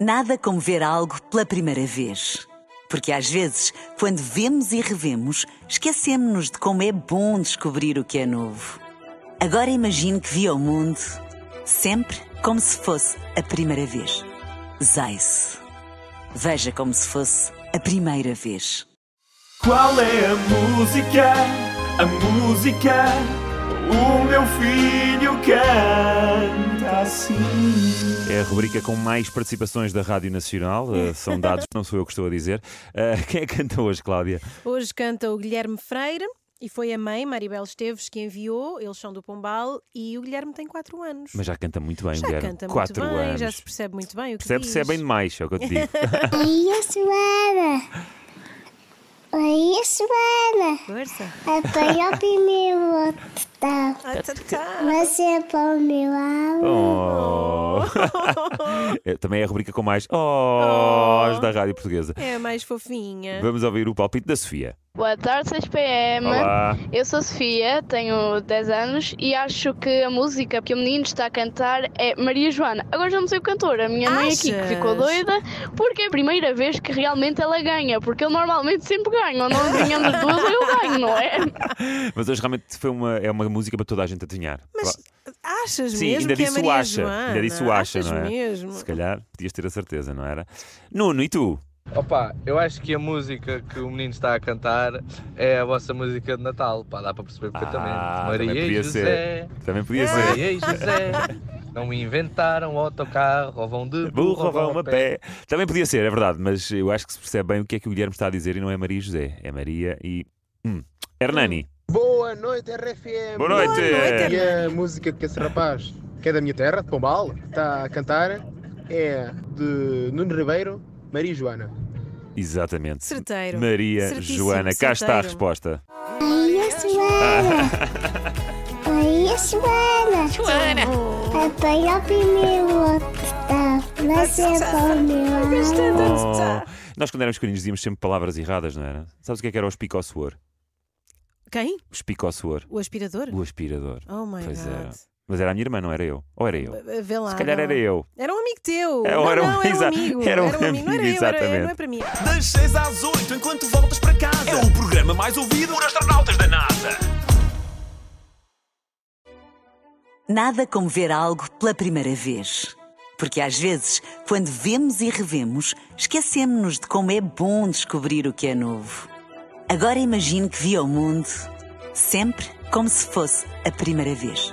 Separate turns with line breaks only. Nada como ver algo pela primeira vez. Porque às vezes, quando vemos e revemos, esquecemos-nos de como é bom descobrir o que é novo. Agora imagine que viu o mundo sempre como se fosse a primeira vez. Zais. Veja como se fosse a primeira vez.
Qual é a música? A música o meu filho canta assim.
É a rubrica com mais participações da Rádio Nacional. eh, são dados, não sou eu que estou a dizer. Eh, quem é que canta hoje, Cláudia?
Hoje canta o Guilherme Freire e foi a mãe, Maribel Esteves, que enviou. Eles são do Pombal e o Guilherme tem 4 anos.
Mas já canta muito bem,
já
Guilherme.
canta muito
Quatro
bem,
anos.
já se percebe muito bem o que
Percebe-se é
diz.
bem demais, é o que eu te digo.
Oi, a Suana. Oi, a Suana.
Força.
Apanha o primeiro tal.
Ah, tá, tá.
Você é para o meu alma.
Oh. Eh, Também é a rubrica com mais
Oh.
ohs da Rádio Portuguesa.
É a mais fofinha.
Vamos ouvir o palpite da Sofia.
Boa tarde,
Hum.
6PM.
Olá.
Eu sou a Sofia, tenho 10 anos e acho que a música que o menino está a cantar é Maria Joana. Agora já não sei o cantor, a minha mãe aqui que
Achas?
ficou doida porque é a primeira vez que realmente ela ganha, porque ele normalmente sempre ganha, ou nós ganhamos duas ou eu ganho, não é?
Mas hoje realmente foi uma, é uma música para toda a gente adivinhar.
Mas achas
Sim,
mesmo
ainda
que é
disse o
Maria
acha.
Joana?
Ainda disse o acha,
achas
não é?
mesmo?
Se calhar podias ter a certeza, não era? Nuno, e tu?
Opa, eu acho que a música que o menino está a cantar é a vossa música de Natal. Pá, dá para perceber perfeitamente.
Ah,
Maria
também podia
e
ser.
José.
Também podia
Ah,
ser.
Maria e José. Não me inventaram autocarro, ou vão de
Burro ou vão a pé. Também podia ser, é verdade, mas eu acho que se percebe bem o que é que o Guilherme está a dizer e não é Maria e José, é Maria e. Hum. Hernani.
Boa noite, RFM.
Boa noite!
noite.
E a música que esse rapaz, que é da minha terra, de Pombal, está a cantar é de Nuno Ribeiro, Maria Joana.
Exatamente.
Certeiro.
Maria
Certíssimo,
Joana, cá está a
certeiro.
resposta.
Oi, a Suana. Oi, a Suana. Joana. Apanha o primeiro tal. Você é para o meu alma.
Oh. Nós, quando éramos pequeninos, dizíamos sempre palavras erradas, não era? Sabes o que é que era o espicossuor?
Quem?
O espicossuor,
O aspirador?
o aspirador.
Oh my
Pois
God.
era. Mas era a minha irmã, não era eu? Ou era eu?
B- Vê lá.
Se calhar
não.
era eu.
Era um amigo teu.
É, ou
não,
era um-
não, era um
exato.
amigo.
Era um
Não era
amigo,
eu, era-
exatamente.
não é para mim.
Das 6 às 8, enquanto voltas para casa. É o programa mais ouvido por astronautas da NASA.
Nada como ver algo pela primeira vez. Porque às vezes, quando vemos e revemos, esquecemos-nos de como é bom descobrir o que é novo. Agora imagine que viu o mundo sempre como se fosse a primeira vez.